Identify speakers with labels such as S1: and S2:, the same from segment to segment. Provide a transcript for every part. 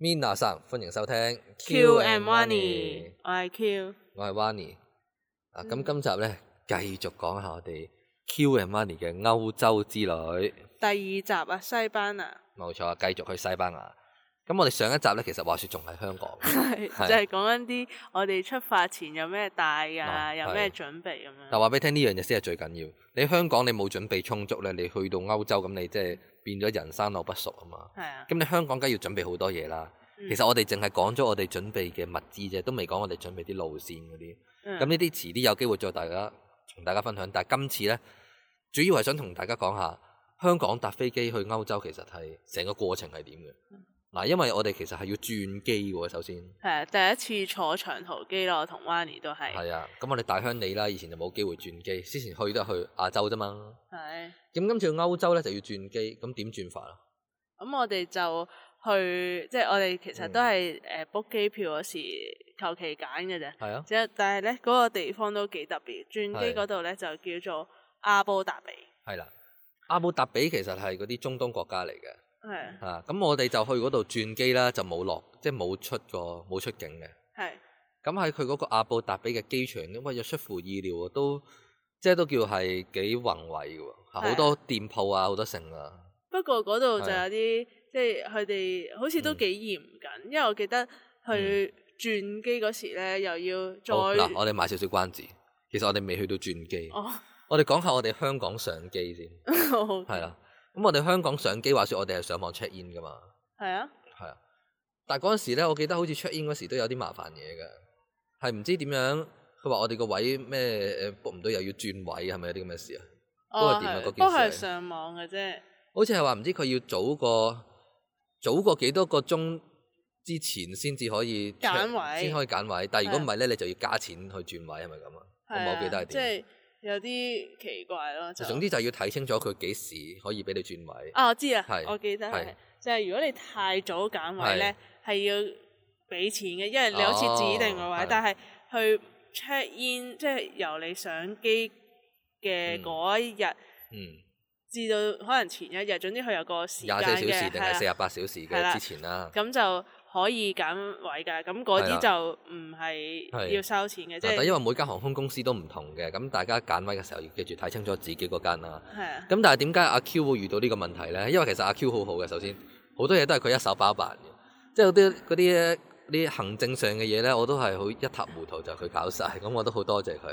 S1: Mina 生，歡迎收聽
S2: Q and Wani，我嗯係 Q。
S1: 我係 Wani。啊，咁今集咧繼續講下我哋 Q and Wani 嘅歐洲之旅，
S2: 第二集啊，西班牙，
S1: 冇錯，繼續去西班牙。咁我哋上一集咧，其實話說仲喺香港
S2: 係就係講緊啲我哋出發前有咩帶啊，
S1: 啊
S2: 有咩
S1: 係
S2: 準備咁
S1: 但
S2: 樣。
S1: 話俾你聽呢樣嘢先係最緊要。你香港你冇準備充足咧，你去到歐洲咁，你即係變咗人生路不熟啊嘛。
S2: 係啊，
S1: 咁你香港梗係要準備好多嘢啦。
S2: 嗯
S1: 其實我哋淨係講咗我哋準備嘅物資啫，都未講我哋準備啲路線嗰啲。咁
S2: 咁
S1: 呢啲遲啲有機會再大家同大家分享。但係今次呢，主要係想同大家講下香港搭飛機去歐洲其實係成個過程係點嘅。嗱，因為我哋其實係要轉機喎，首先
S2: 係啊，第一次坐長途機咯，我同 Wani 都係
S1: 係啊。咁我哋大鄉里啦，以前就冇機會轉機，之前去都係去亞洲啫嘛。
S2: 係。
S1: 咁今次去歐洲呢，就要轉機，咁點轉法啊？
S2: 咁我哋就去，即係我哋其實
S1: 嗯
S2: 都係誒 book 機票嗰時求其揀嘅啫。
S1: 係啊，
S2: 之後但係咧嗰個地方都幾特別，轉
S1: 係
S2: 機嗰度咧就叫做阿布達比，
S1: 係啦。阿布達比其實係嗰啲中東國家嚟嘅。
S2: 係啊
S1: 啊，咁我哋就去嗰度轉機啦，就冇落，即係冇出過冇出境嘅。
S2: 係
S1: 咁喺佢嗰個阿布達比嘅機場，因為又出乎意料喎，都即係都叫係幾宏偉嘅喎，嚇
S2: 係啊
S1: 好多店鋪啊，好多城啊，
S2: 不過嗰度就
S1: 係
S2: 有
S1: 啊
S2: 啲即係佢哋好似都
S1: 嗯
S2: 幾嚴謹，因為我記得去轉機嗰時咧又要再
S1: 好嗱，我哋賣少少關子。其實我哋未去到轉機，
S2: 哦，
S1: 我哋講下我哋香港上機先，
S2: 好
S1: 係啦。咁我哋香港上機話說我哋係上網 check in 噶嘛，
S2: 係啊，
S1: 係啊。但係嗰陣時咧，我記得好似 check in 嗰時都有啲麻煩嘢㗎，係唔知點樣。佢話我哋個位咩誒 book 唔到，又要轉位，係咪有啲咁嘅事啊？
S2: 哦
S1: 嗰個點啊
S2: 係
S1: 嗰件事
S2: 不過係上網嘅啫，
S1: 好似係話唔知佢要早過早過幾多個鐘之前先至可以
S2: 揀
S1: check-
S2: 位
S1: 先可以揀位。但係如果
S2: 係
S1: 唔係咧，你就要加錢去轉位，係咪咁啊？我
S2: 係
S1: 冇記得
S2: 啊，
S1: 係
S2: 即
S1: 點。
S2: 係有啲奇怪咯。就
S1: 總之就要睇清楚佢幾時可以俾你轉位。
S2: 啊，我知啊，
S1: 係
S2: 我記得係
S1: 係
S2: 就係如果你太早揀位咧，係要俾錢嘅，因為你好似指定個位，
S1: 哦係
S2: 但係去 check in 即係由你上機嘅
S1: 嗯
S2: 嗰一日。
S1: 嗯，
S2: 至到可能前一日，總之佢有個時間
S1: 廿四小
S2: 嘅，
S1: 時定係四
S2: 啊
S1: 十八小時
S2: 係啦
S1: 嘅之前啦。
S2: 咁就可以揀位㗎。咁嗰
S1: 係啦
S2: 啲就唔係
S1: 係
S2: 要收錢嘅，即
S1: 嗱但
S2: 係
S1: 因為每間航空公司都唔同嘅，咁大家揀位嘅時候要記住睇清楚自己嗰間啦。
S2: 係啊，
S1: 咁但係點解阿 Q 會遇到呢個問題呢？因為其實阿 Q 好好嘅，首先好多嘢都係佢一手包辦嘅，即係嗰啲嗰啲啲行政上嘅嘢呢，我都係好一塌糊塗，就佢搞晒。咁我都好多謝佢。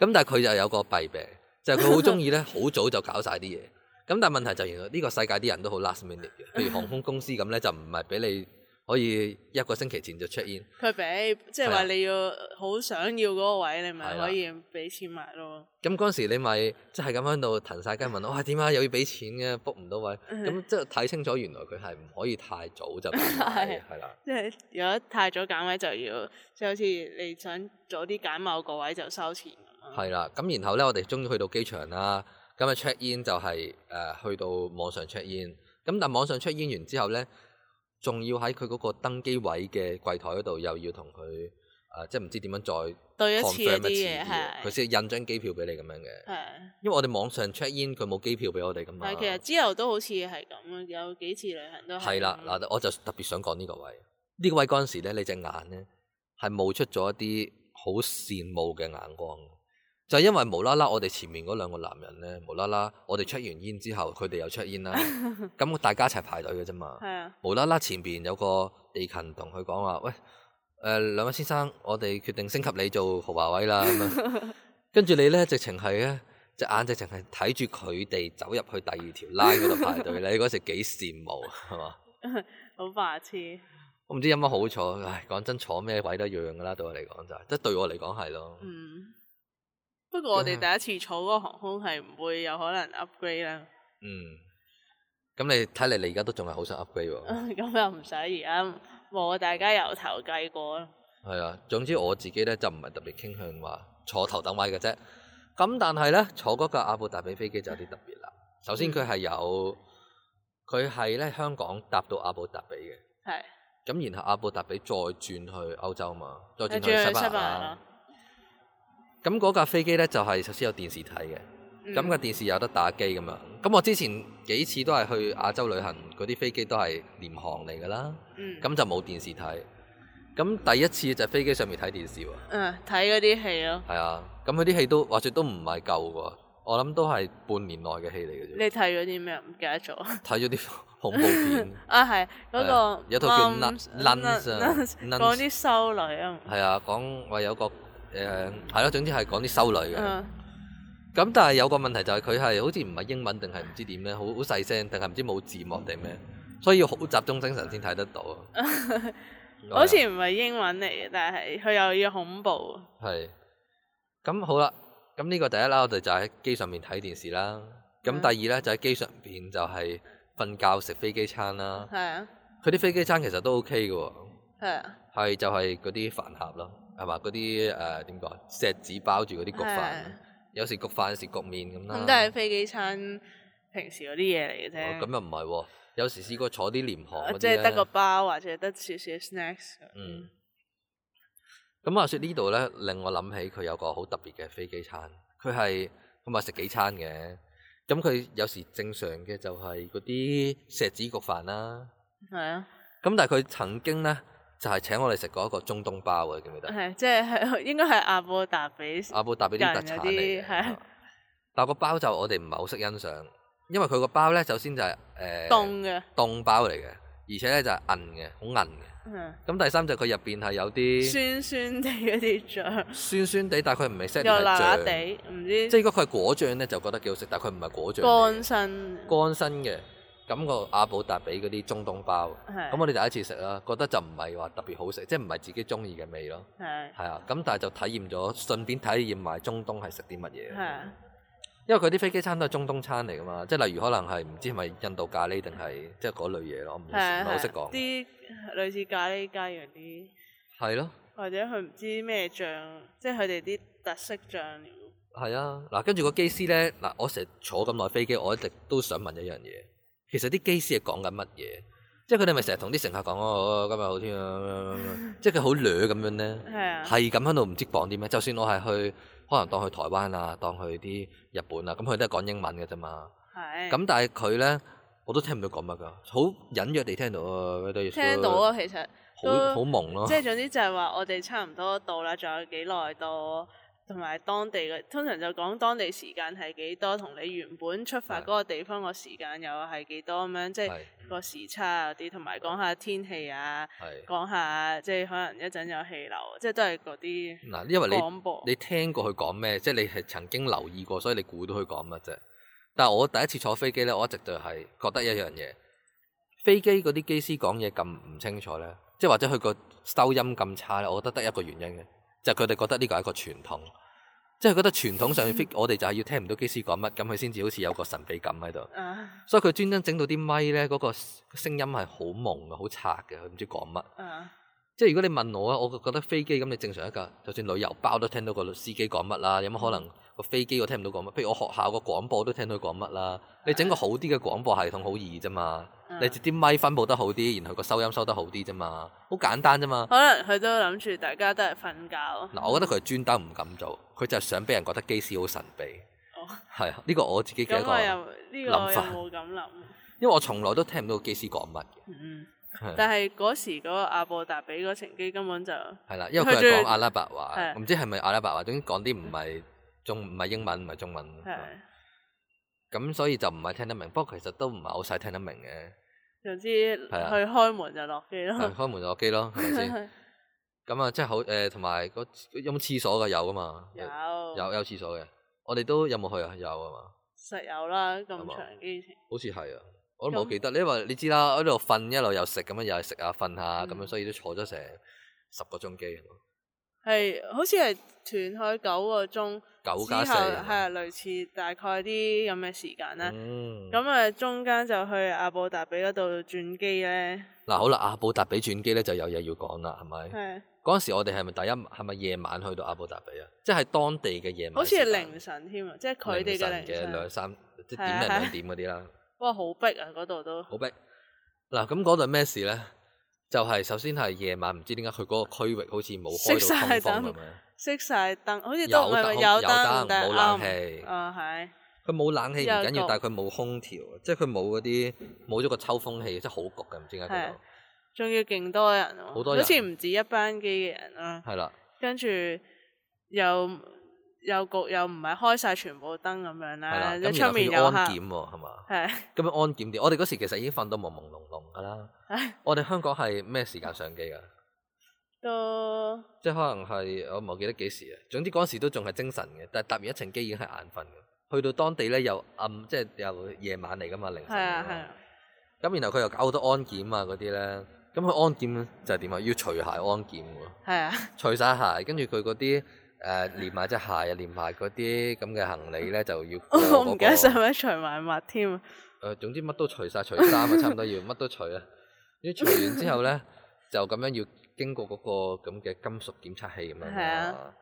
S1: 咁但係佢就有個弊病，就係佢好中意呢，好早就搞晒啲嘢。咁但係問題就係原來呢個世界啲人都好 last minute 嘅，譬如航空公司咁呢，就唔係俾你可以一個星期前就 check in。
S2: 佢俾即係
S1: 係
S2: 話
S1: 啊
S2: 你要好想要嗰個位，你咪
S1: 係啦
S2: 可以俾錢買咯。
S1: 咁嗰陣時你咪即係咁喺度騰晒雞問我，哇點啊又要俾錢嘅 book 唔到位， 咁即係睇清楚原來佢係唔可以太早就俾你 買嘅係啦。
S2: 即係如果太早揀位就要，即係好似你想早啲揀某個位就收錢咁樣。
S1: 係啦，咁然後咧，我哋終於去到機場啦。咁啊 check in 就係、呃去到網上 check in。咁但網上 check in 完之後咧，仲要喺佢嗰個登機位嘅櫃台嗰度，又要同佢誒，即係唔知點樣再
S2: 對一次嗰
S1: confirm
S2: 啲
S1: 一次
S2: 嘢
S1: 啲嘢，佢
S2: 係
S1: 先印張機票俾你咁樣嘅。
S2: 係，
S1: 因為我哋網上 check in，佢冇機票俾我哋噶嘛
S2: 但。係其實之後都好似係咁啊，有幾次旅行都
S1: 係啦，嗯
S2: 咁
S1: 嗱，我就特別想講呢個位。呢、個位嗰陣時咧，你隻眼咧係冒出咗一啲好羨慕嘅眼光，就係因為無啦啦，我哋前面嗰兩個男人咧，無啦啦，我哋 check 完煙之後，佢哋又 check 煙 啦，咁大家一齊排隊嘅啫 嘛。
S2: 係啊。
S1: 無啦啦，前邊有個地勤同佢講話：，喂，誒、兩位先生，我哋決定升級你做豪華位啦。咁 樣跟住你咧，直情係咧隻眼直情係睇住佢哋走入去第二條 line 嗰度排 隊，你嗰時幾羨慕係嘛？
S2: 好白痴，
S1: 我唔知有乜好坐，唉，講真坐咩位都一樣噶啦，對我嚟講就係，即係對我嚟講係咯。
S2: 嗯。不過我
S1: 啊
S2: 哋第一次坐嗰個航空係唔會有可能 upgrade 啦，
S1: 嗯，咁你睇嚟你而家都仲係好想 upgrade 喎。
S2: 咁又唔使而家冇大家由頭計過咯。
S1: 係啊，總之我自己咧就唔係特別傾向話坐頭等位嘅啫。咁但係咧坐嗰架阿布達比飛機就有啲特別啦。首先佢係有，佢係咧香港搭到阿布達比嘅，
S2: 係
S1: 咁然後阿布達比再轉去歐洲嘛，再轉
S2: 跟
S1: 去
S2: 住去
S1: 西
S2: 西班
S1: 班
S2: 牙
S1: 牙
S2: 咯
S1: 啦。，咁嗰架飛機咧就係、首先有電視睇嘅。
S2: 嗯
S1: 咁嘅電視有得打機咁樣。咁我之前幾次都係去亞洲旅行，嗰啲飛機都係廉航嚟㗎啦，
S2: 嗯
S1: 咁就冇電視睇。咁第一次就係飛機上面睇電視喎，
S2: 嗯睇嗰啲戲咯，
S1: 係啊，咁佢啲戲都話説都唔係舊喎，我諗都係半年內嘅戲嚟嘅
S2: 你
S1: 啫。
S2: 睇咗啲咩？唔記得咗
S1: 睇咗啲 恐怖片，
S2: 啊，係
S1: 係
S2: 嗰
S1: 啊
S2: 個
S1: 有套叫
S2: Mums-
S1: Nun- Nuns 啊
S2: Nuns，
S1: Nuns
S2: 講啲修女啊，
S1: 係啊，講話有個誒係咯，總之係講啲修女嘅。
S2: 嗯
S1: 咁但係有個問題就係佢係好似唔係英文定係唔知點咧，好好細聲定係唔知冇字幕定咩，
S2: 嗯
S1: 所以要好集中精神先睇得到啊。
S2: 好似唔係英文嚟嘅，但係佢又要恐怖，
S1: 係咁好啦，咁呢個第一啦，我哋就喺機上面睇電視啦。咁
S2: 嗯
S1: 第二咧就喺機上邊就係瞓覺食飛機餐啦。
S2: 係啊
S1: 佢啲飛機餐其實都 OK 嘅喎，
S2: 係啊，
S1: 係就係嗰啲飯盒咯，係嘛？嗰啲誒點講？啊錫紙包住嗰啲焗飯
S2: 係，
S1: 有時焗飯，有時焗面咁啦。
S2: 咁都係飛機餐平時嗰啲嘢嚟嘅
S1: 啊哦
S2: 啫。啊
S1: 咁又唔係喎，有時試過坐啲廉航嗰啲
S2: 即係得
S1: 呢
S2: 個包或者得少少 snacks。
S1: 嗯，咁話説呢度咧，令我諗起佢有個好特別嘅飛機餐，佢係佢咪食幾餐嘅，咁佢有時正常嘅就係嗰啲錫紙焗飯啦，
S2: 係啊，
S1: 咁但係佢曾經咧就係、請我哋食過一個中東包嘅，記唔記得？哦
S2: 係即係係 應該係阿布達比。
S1: 阿布達比啲特產嚟
S2: 人有
S1: 嘅
S2: 啲係
S1: 係但個包就我哋唔係好識欣賞，因為佢個包咧首先就係、誒
S2: 凍嘅，
S1: 凍包嚟嘅，而且咧就係韌嘅，好韌嘅。
S2: 嗯，
S1: 咁第三就佢入邊係有啲
S2: 酸酸地嗰啲醬，
S1: 酸酸地，但係佢唔係 set
S2: 又
S1: 係
S2: 辣辣
S1: 醬
S2: 地，唔
S1: 即
S2: 知
S1: 係如果佢係果醬咧，就覺得幾好食，但係佢唔係果醬嚟嘅，
S2: 乾身，
S1: 乾身嘅。咁、個阿布達比嗰啲中東包，
S2: 係
S1: 咁啊我哋第一次食啦，覺得就唔係話特別好食，即係唔係自己中意嘅味咯。
S2: 係
S1: 係啊，咁但係就體驗咗，順便體驗埋中東係食啲乜嘢。
S2: 係啊
S1: 因為佢啲飛機餐都係中東餐嚟噶嘛，即係例如可能係唔知係咪印度咖喱定係即係嗰類嘢咯，我唔唔
S2: 係
S1: 係
S2: 啊
S1: 好識講。
S2: 啲類似咖喱雞嗰啲，
S1: 係咯。
S2: 或者佢唔知咩醬，即係佢哋啲特色醬料，
S1: 係啊，嗱，跟住個機師咧，嗱，我成日坐咁耐飛機，我一直都想問一樣嘢，其實啲機師係講緊乜嘢？即係佢哋咪成日同啲乘客講哦，今日好天啊，咁樣咁樣即係佢好掠咁樣咧，
S2: 係啊，
S1: 係咁喺度唔知講啲咩。就算我係去，可能當去台灣啊，當去啲日本啊，咁佢都係講英文嘅啫嘛。
S2: 係
S1: 咁但係佢咧，我都聽唔到講乜㗎，好隱約地聽到啊，咩都要
S2: 聽到啊，，其實。
S1: 好好朦咯
S2: 即，係總之就係話我哋差唔多到啦，仲有幾耐到，同埋當地嘅通常就講當地時間係幾多，同你原本出發
S1: 係
S2: 嗰個地方個時間又係幾多咁樣，即係
S1: 係
S2: 個時差嗰啲，同埋講下天氣啊，
S1: 係
S2: 講下即係可能一陣有氣流，即係都係嗰啲
S1: 嗱，因嗯為你。
S2: 廣播。
S1: 你聽過佢講咩，即係你係曾經留意過，所以你估到佢講乜啫。但係我第一次坐飛機咧，我一直就係覺得一樣嘢，飛機嗰啲機師講嘢咁唔清楚咧，即係或者佢個收音咁差咧，我覺得得一個原因嘅，就係佢哋覺得呢個係一個傳統，即係覺得傳統上面飛，我哋就係要聽唔到機師講乜，咁佢先至好似有個神秘感喺度。
S2: 啊
S1: 所以佢專登整到啲咪咧，嗰、個聲音係好朦嘅，好拆嘅，佢唔知講乜。
S2: 啊
S1: 即係如果你問我啊，我覺得飛機咁你正常一架，就算旅遊包都聽到個司機講乜啦，有乜可能個飛機我聽唔到講乜？譬如我學校個廣播都聽到佢講乜啦。你整個好啲嘅廣播系統好易啫嘛，
S2: 啊
S1: 你啲咪分佈得好啲，然後個收音收得好啲啫嘛，好簡單啫嘛。
S2: 可能佢都諗住大家都係瞓覺。
S1: 嗱，我覺得佢係專登唔咁做，佢就係想俾人覺得機師好神秘。
S2: 哦
S1: 係啊，呢個我自己嘅一
S2: 咁我
S1: 個，
S2: 又呢個我
S1: 諗
S2: 又
S1: 法
S2: 冇咁諗。
S1: 因為我從來都聽唔到機師講乜嘅
S2: 嗯，
S1: 係。
S2: 但係嗰時嗰個阿布達比嗰程機根本就〜
S1: 係啦，因為佢
S2: 佢仲
S1: 係
S2: 要
S1: 講阿拉伯話，
S2: 係
S1: 唔知係咪阿拉伯話，總之講啲唔係中唔係英文唔係中文。
S2: 係，
S1: 咁所以就唔係聽得明，不過其實都唔係好使聽得明嘅，
S2: 啊總之去
S1: 啊
S2: 開門就落機
S1: 係
S2: 咯。
S1: 開門落機 咯，係咪先？
S2: 有
S1: 咁啊，即係好誒，同埋嗰有冇廁所嘅有噶嘛？有有廁所嘅，我哋都有冇去啊？有啊嘛，
S2: 實有啦，咁
S1: 嘛
S2: 長機程
S1: 好似係啊，我都冇
S2: 咁
S1: 記得，因為你知啦，我喺度瞓一路又食咁樣，又係食下瞓下咁樣，
S2: 嗯
S1: 所以都坐咗成十個鐘機，
S2: 係好似係斷開九個鐘，
S1: 九加四
S2: 之後係啊類似大概啲咁嘅時間啦。
S1: 嗯，
S2: 咁啊，中間就去阿布達比嗰度轉機咧，
S1: 嗱好啦，阿布達比轉機咧就有嘢要講啦，係咪？
S2: 係
S1: 嗰陣時我哋係咪第一係咪夜晚去到阿布達比啊？即係當地嘅夜晚
S2: 好似
S1: 時
S2: 係
S1: 間，
S2: 凌晨添啊，即係佢哋嘅
S1: 凌晨嘅
S2: 凌
S1: 兩
S2: 晨。
S1: 三即係
S2: 係
S1: 點
S2: 啊
S1: 零
S2: 係
S1: 兩
S2: 啊
S1: 點嗰啲啦。
S2: 哇，好逼啊！嗰度都
S1: 好逼。嗱，咁嗰度咩事咧？就係、首先係夜晚，唔知點解佢嗰個區域好似冇
S2: 熄晒
S1: 開到通風
S2: 燈
S1: 咁樣，
S2: 熄晒燈，好似
S1: 有
S2: 都唔係
S1: 燈
S2: 唔係
S1: 有
S2: 燈
S1: 燈
S2: 唔得
S1: 冇冷氣
S2: 啱啊係
S1: 佢冇冷氣唔緊
S2: 又
S1: 要
S2: 焗，
S1: 但係佢冇空調，即係佢冇嗰啲冇咗個抽風器，即係好焗嘅，唔知點解嗰度。
S2: 仲要勁多人喎，
S1: 好多
S2: 好
S1: 人
S2: 似唔止一班機嘅人啊啦，
S1: 係啦，
S2: 跟住又又焗又唔係開晒全部燈咁樣
S1: 係啦，
S2: 啦，即
S1: 咁
S2: 出
S1: 然後
S2: 面
S1: 佢要
S2: 有
S1: 安
S2: 黑，
S1: 檢喎，係嘛？
S2: 係
S1: 咁樣安檢點？我哋嗰時其實已經瞓到朦朦朧朧㗎啦。我哋香港係咩時間上機㗎？
S2: 都
S1: 即係可能係我唔係好記得幾時啊。總之嗰陣時都仲係精神嘅，但係搭完一程機已經係眼瞓嘅。去到當地咧又暗，即係又夜晚嚟㗎嘛，凌晨嚟
S2: 係啊
S1: 㗎
S2: 係
S1: 嘛
S2: 啊。，
S1: 咁然後佢又搞好多安檢啊嗰啲咧。咁佢安檢就係點啊？要除鞋安檢喎。
S2: 係啊，
S1: 除晒鞋，跟住佢嗰啲誒連埋隻鞋啊，連埋嗰啲咁嘅行李咧， 就要過嗰個
S2: 我唔記得使唔使除埋襪添啊，
S1: 誒，總之乜都除晒，除衫啊，差唔多要乜都除啊。跟住除完之後 咧，就咁樣要經過嗰個咁嘅金屬檢測器咁樣
S2: 係
S1: 啦
S2: 啊。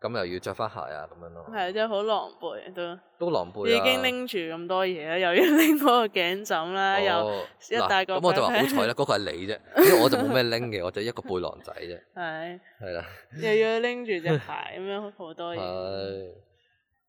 S1: 咁又要着翻鞋啊，咁樣咯，
S2: 係真係好狼狽都。
S1: 都狼狽
S2: 已
S1: 啊。
S2: 經拎住咁多嘢啦，又要拎嗰個頸枕啦，又
S1: 哦
S2: 一
S1: 嗱
S2: 大個
S1: 咁我就話好
S2: 背包
S1: 彩啦，嗰個係你啫，因為我就冇咩拎嘅，我就一個背囊仔啫，
S2: 係
S1: 係啦。
S2: 又要拎住隻鞋咁 樣，好多嘢。
S1: 係，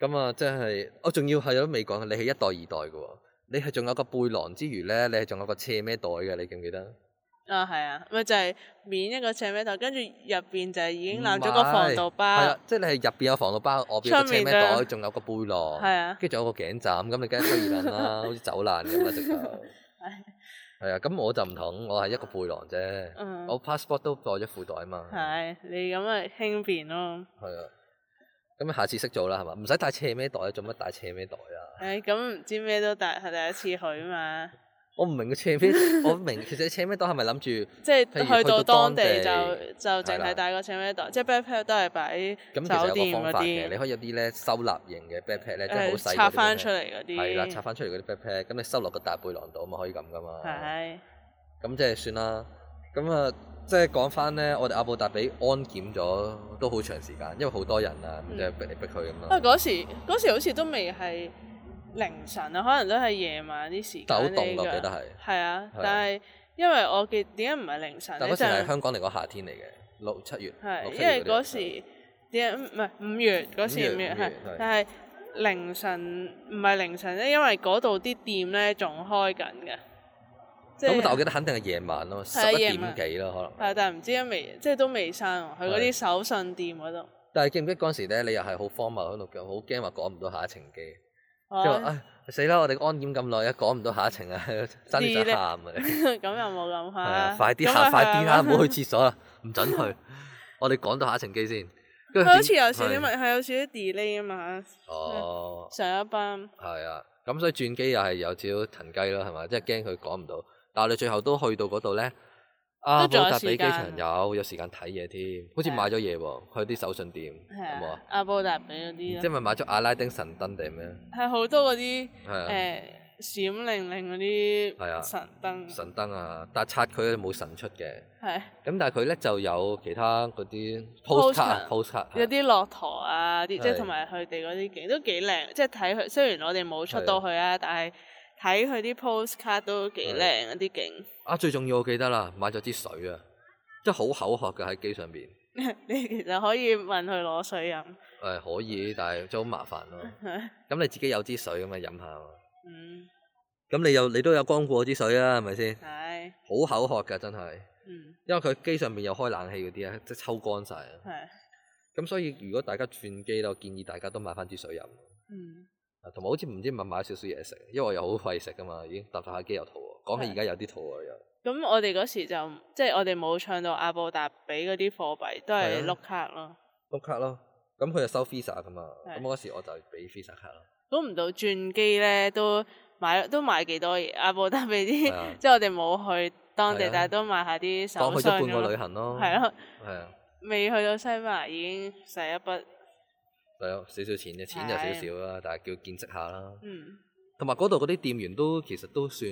S1: 咁啊，即係我仲要係都未講，你係一代二代嘅喎，你係仲有個背囊之餘咧，你係仲有個斜孭袋嘅，你記唔記得？
S2: 啊，係啊，咪就係面一個斜孭袋，跟住入邊就已經攬咗個防盜
S1: 係啊
S2: 包
S1: 啦，，即係你係入邊有防盜包，外邊有個
S2: 出
S1: 斜
S2: 面
S1: 孭
S2: 就
S1: 袋，仲有個背囊，
S2: 係啊，
S1: 跟住仲有個頸枕，咁你梗係衰二撚 啦，好似走難咁啦，直頭。係啊，咁我就唔同，我係一個背囊啫，
S2: 嗯，
S1: 我 passport 都袋咗褲袋嘛。
S2: 係你咁啊輕便咯。
S1: 係啊，咁下次識做啦，係嘛？唔使帶斜孭袋，做乜帶斜孭袋啊？
S2: 唉，咁唔知咩都大係第一次去 嘛，
S1: 我唔明個斜孭， 我唔明其實斜孭袋係咪諗住
S2: 即係
S1: 譬如去
S2: 去
S1: 到
S2: 到
S1: 當
S2: 當
S1: 地
S2: 地就就淨
S1: 係啦
S2: 係帶個斜孭袋，即係 backpack 都係擺
S1: 咁其實
S2: 酒
S1: 有
S2: 店
S1: 個方
S2: 嗰
S1: 法嘅，你
S2: 啲，
S1: 可以有啲咧收納型嘅 backpack 咧，即係好細嗰啲 backpack
S2: 誒拆翻出嚟嗰
S1: 係啦，
S2: 啲
S1: 拆，翻出嚟嗰啲 backpack，咁你收落個大背囊度咪可以咁噶嘛？
S2: 係。
S1: 咁即係算啦。咁啊，即係講翻咧，我哋阿布達比安檢咗都好長時間，因為好多人啊，咁
S2: 嗯
S1: 即係逼嚟逼去咁
S2: 啊！
S1: 啦。
S2: 嗰時嗰時好似都未係凌晨啊，可能都係夜晚啲時間
S1: 但好
S2: 嚟
S1: 凍㗎，
S2: 㗎
S1: 我記得係。
S2: 係啊
S1: 係啊，
S2: 但係因為我記點解唔係凌晨
S1: 但
S2: 咧？
S1: 嗰時
S2: 就
S1: 係香港嚟講夏天嚟嘅，六七月。
S2: 係
S1: 六七
S2: 因
S1: 月
S2: 為
S1: 嗰
S2: 嗰
S1: 啲係
S2: 時點解唔係五月嗰時
S1: 五月
S2: 五月
S1: 五月
S2: 係
S1: 係，
S2: 但係凌晨唔係凌晨咧，因為嗰度啲店咧仲開緊嘅，即
S1: 咁，但我
S2: 係
S1: 記得肯定係夜晚咯，十
S2: 係啊
S1: 一
S2: 夜
S1: 點
S2: 晚
S1: 幾咯，可能。
S2: 係但係唔知未即係都未閂喎，佢嗰
S1: 係
S2: 啲手信店嗰度，
S1: 但係記唔記得嗰陣時咧，你又係好荒謬喺度講，好驚話趕唔到下一程機，即 係話
S2: 哦
S1: 唉死啦！我哋安檢咁耐，一趕唔到下一程啊， 爭啲想喊啊！你
S2: 咁又冇咁
S1: 係啊
S2: 嚇，
S1: 快啲
S2: 咁
S1: 嚇，
S2: 咪
S1: 快
S2: 係
S1: 啲
S2: 啊
S1: 嚇，唔好去廁所啦，唔准去， 我哋趕到下一程機先。跟
S2: 佢
S1: 住
S2: 好似有
S1: 點
S2: 少少
S1: 係
S2: 問，係有少少 delay 啊嘛，
S1: 哦，
S2: 上一班
S1: 係啊，咁所以轉機又係有少少騰雞啦，係嘛？即係驚佢趕唔到，但係你最後都去到嗰度咧。啊！布
S2: 仲有
S1: 達比機
S2: 時間
S1: 場有有時間睇嘢添，好似
S2: 係啊
S1: 買咗嘢喎，去啲手信店有
S2: 係
S1: 冇啊
S2: 啊？，阿布達比嗰啲
S1: 即係
S2: 咯，
S1: 咪買咗阿拉丁神燈定咩？
S2: 係好多嗰啲
S1: 係啊。
S2: 誒閃靈靈嗰
S1: 係啊
S2: 啲神燈，
S1: 神燈啊，但係刷佢冇神出嘅。
S2: 係
S1: 咁但係佢咧就有其他嗰啲 postcard 啊 postcard 啊
S2: 有啲駱駝啊啲，即
S1: 係
S2: 係同埋佢哋嗰啲景都幾靚，即係睇佢雖然我哋冇出到去啊，但係睇佢啲 postcard 都幾靚嗰啲景。
S1: 啊，最重要我記得啦，買咗支水啊，即係好口渴嘅喺機上邊。
S2: 你其實可以問佢攞水飲，
S1: 誒、可以，但係就好麻煩咯。
S2: 係
S1: 咁你自己有支水咁咪飲下嘛。
S2: 嗯
S1: 咁你有你都有光顧我支水啊，係咪先？
S2: 係
S1: 好口渴㗎真係，
S2: 嗯
S1: 因為佢機上面有開冷氣嗰啲啊，即係抽乾晒啊。
S2: 係
S1: 咁所以如果大家轉機咧，我建議大家都買翻支水飲。
S2: 嗯
S1: 啊同埋好似唔知咪買少少嘢食，因為我又好費食噶嘛，已經搭搭下機又肚餓。講起而家有啲肚餓又。
S2: 咁我哋嗰時就即係我哋冇唱到阿布達比嗰啲貨幣，都係
S1: 係啊
S2: 碌卡咯。
S1: 碌卡咯，咁佢就收 Visa 噶嘛，
S2: 係
S1: 咁我嗰時我就俾 Visa 卡咯，
S2: 估唔到轉機咧都買都買幾多嘢，阿布達比
S1: 係啊
S2: 啲 即係我哋冇去當
S1: 係
S2: 地
S1: 啊，
S2: 但係都買下啲
S1: 當
S2: 手
S1: 去
S2: 信
S1: 咗半
S2: 咁
S1: 個旅
S2: 咯。
S1: 行咯，
S2: 係咯，
S1: 係啊，
S2: 未去到西班牙已經使一筆，
S1: 就有少少錢嘅，錢就少少啦，但係叫見識下啦。
S2: 嗯，
S1: 同埋嗰度嗰啲店員都其實都算，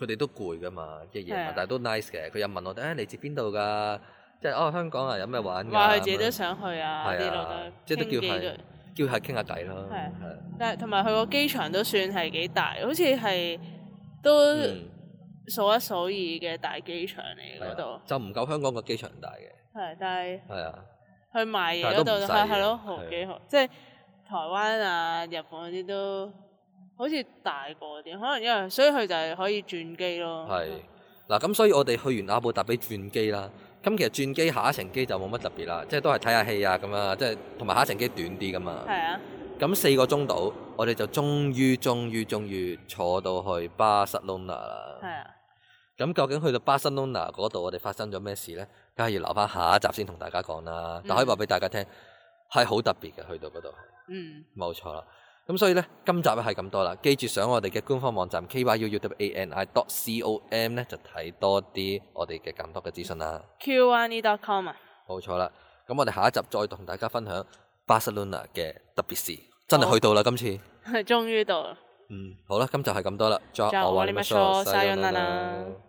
S1: 佢哋都攰噶嘛，一夜
S2: 係
S1: 晚
S2: 啊，
S1: 但係都 nice 嘅。佢又問我哋，誒嚟自邊度㗎？即係哦香港啊，有咩玩㗎？
S2: 話佢自己
S1: 咁
S2: 都
S1: 樣
S2: 想去啊
S1: 係
S2: 啲
S1: 啊
S2: 咯，，
S1: 即係都
S2: 傾幾
S1: 叫係
S2: 句。
S1: 叫係傾下偈咯，
S2: 係啊
S1: 係啊
S2: 但係同埋佢個機場都算係幾大，好似係都
S1: 嗯
S2: 數一數二嘅大機場嚟
S1: 係
S2: 嗰
S1: 啊
S2: 度，
S1: 就唔夠香港個機場大嘅，
S2: 係但係。
S1: 係啊，
S2: 去賣嘢
S1: 但係
S2: 嗰
S1: 都唔
S2: 度
S1: 細
S2: 係係
S1: 嘅
S2: 咯，好
S1: 係啊
S2: 幾好，即係台灣啊、日本嗰啲都好似大個啲，可能因為所以佢就係可以轉機咯。
S1: 係嗱，咁所以我哋去完阿布達比轉機啦。咁其實轉機下一程機就冇乜特別啦，即係都係睇下戲啊咁啊，即係同埋下一程機短啲噶嘛。
S2: 係啊，
S1: 咁四個鐘到，我哋就終於、終於、終於坐到去巴塞隆拿
S2: 係
S1: 啦。
S2: 啊，
S1: 咁究竟去到巴塞隆拿嗰度，我哋發生咗咩事呢？梗係要留翻下一集先同大家講啦。但可以話俾大家聽，係好特別嘅，去到嗰度係。
S2: 嗯，
S1: 冇錯啦。咁所以呢，今集咧係咁多啦。記住上我哋嘅官方網站 e kyuuwani.com 咧，就睇多啲我哋嘅咁多嘅資訊啦。
S2: q o n e dot com 啊，
S1: 冇錯啦。咁我哋下一集再同大家分享巴塞隆納嘅特別事，真係
S2: 好
S1: 去到啦今次。
S2: 終於到啦。
S1: 嗯，好啦，今集係咁多啦。再
S2: 就
S1: 我話
S2: 我
S1: 你
S2: 哋
S1: 乜
S2: 乜
S1: 錯，
S2: 錯
S1: さよう
S2: さよう
S1: な
S2: な
S1: ら
S2: ら